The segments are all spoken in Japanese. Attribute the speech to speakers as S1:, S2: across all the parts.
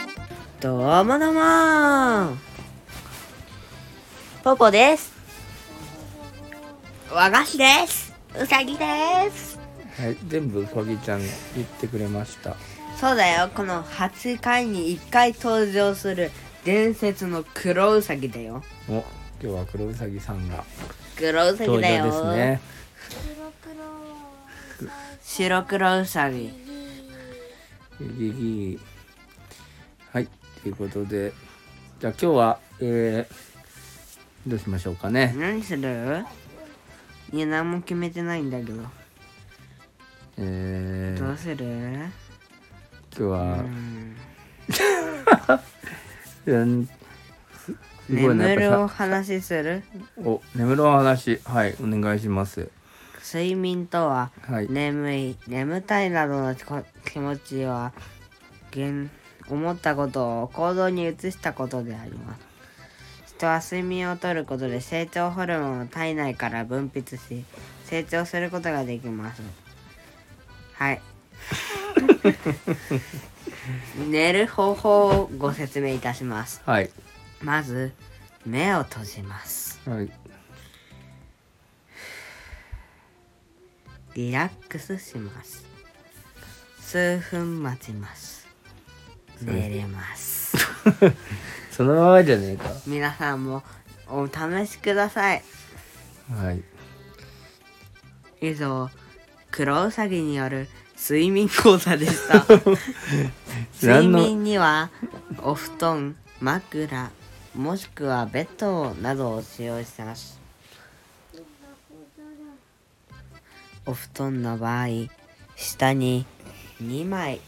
S1: どうもどうもポポです和菓子ですうさぎです
S2: はい、全部うさぎちゃんが言ってくれました。
S1: そうだよこの8回に1回登場する伝説の黒うさぎだよ
S2: お、今日は黒うさぎさんが
S1: 黒うさぎ
S2: 登場
S1: だよ
S2: ですね。
S1: 白黒うさぎ
S2: ギギギはい、ということで、じゃあ今日は、えー、どうしましょうかね。
S1: 何するいや何も決めてないんだけど
S2: え
S1: ど
S2: ー、
S1: うする
S2: 今日は
S1: う、ん
S2: うん、すすごいね、
S1: 眠る
S2: や
S1: お
S2: っぱさ、
S1: 話しする
S2: お、眠るお話、はい、お願いします。
S1: 睡眠とは
S2: はい、
S1: 眠い眠たいなどのこ気持ちは現思ったことを行動に移したことであります人は睡眠をとることで成長ホルモンを体内から分泌し成長することができますはい 寝る方法をご説明いたします
S2: はい、
S1: まず目を閉じます
S2: はい、
S1: リラックスします数分待ちます寝れます
S2: そのままじゃねえか。
S1: 皆さんもお試しください
S2: はい、
S1: 以上黒うさぎによる睡眠講座でした睡
S2: 何の
S1: 眠にはお布団枕もしくはベッドなどを使用してますお布団の場合下に2枚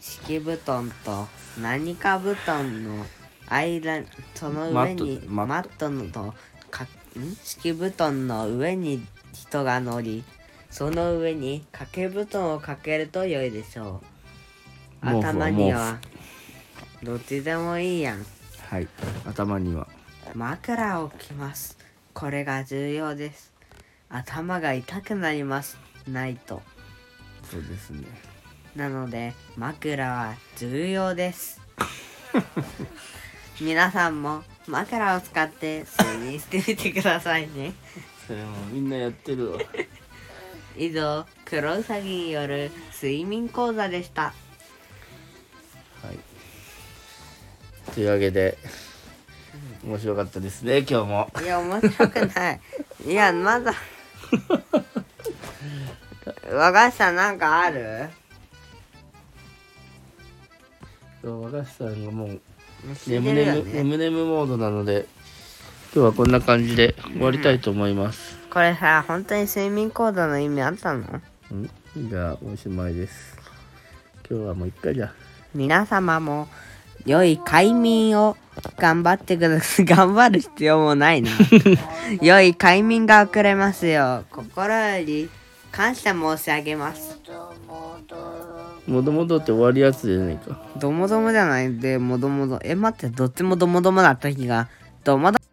S1: 敷布団と何か布団の間その上に
S2: マット
S1: マ
S2: マッ
S1: ットのとかん敷布団の上に人が乗りその上に掛け布団をかけると良いでしょう
S2: 毛布は
S1: 頭にはどっちでもいいやん
S2: はい、頭には。
S1: 枕を置きますこれが重要です頭が痛くなりますないと
S2: そうですね。
S1: なので枕は重要です 皆さんも枕を使って睡眠してみてくださいね
S2: それもみんなやってるわ。
S1: 以上黒うさぎによる睡眠講座でした
S2: はい。というわけで、面白かったですね、今日も。
S1: いや面白くないいやまだ和菓子さんなんかある
S2: 和菓子さんがもう、
S1: 死ん
S2: 眠
S1: でるよ
S2: 眠、
S1: ね
S2: 眠眠モードなので、今日はこんな感じで終わりたいと思います。
S1: これさ本当に睡眠講座の意味あったの
S2: うん、じゃあ、おしまいです。今日はもう一回じゃ。
S1: 皆様も良い快眠を頑張ってくだ さい頑張る必要もないな良い快眠が遅れますよう心より感謝申し上げます
S2: もともとって終わりやつじゃないか。
S1: どもどもじゃないでもどもどえ待ってどっちもどもどもだった日がどもども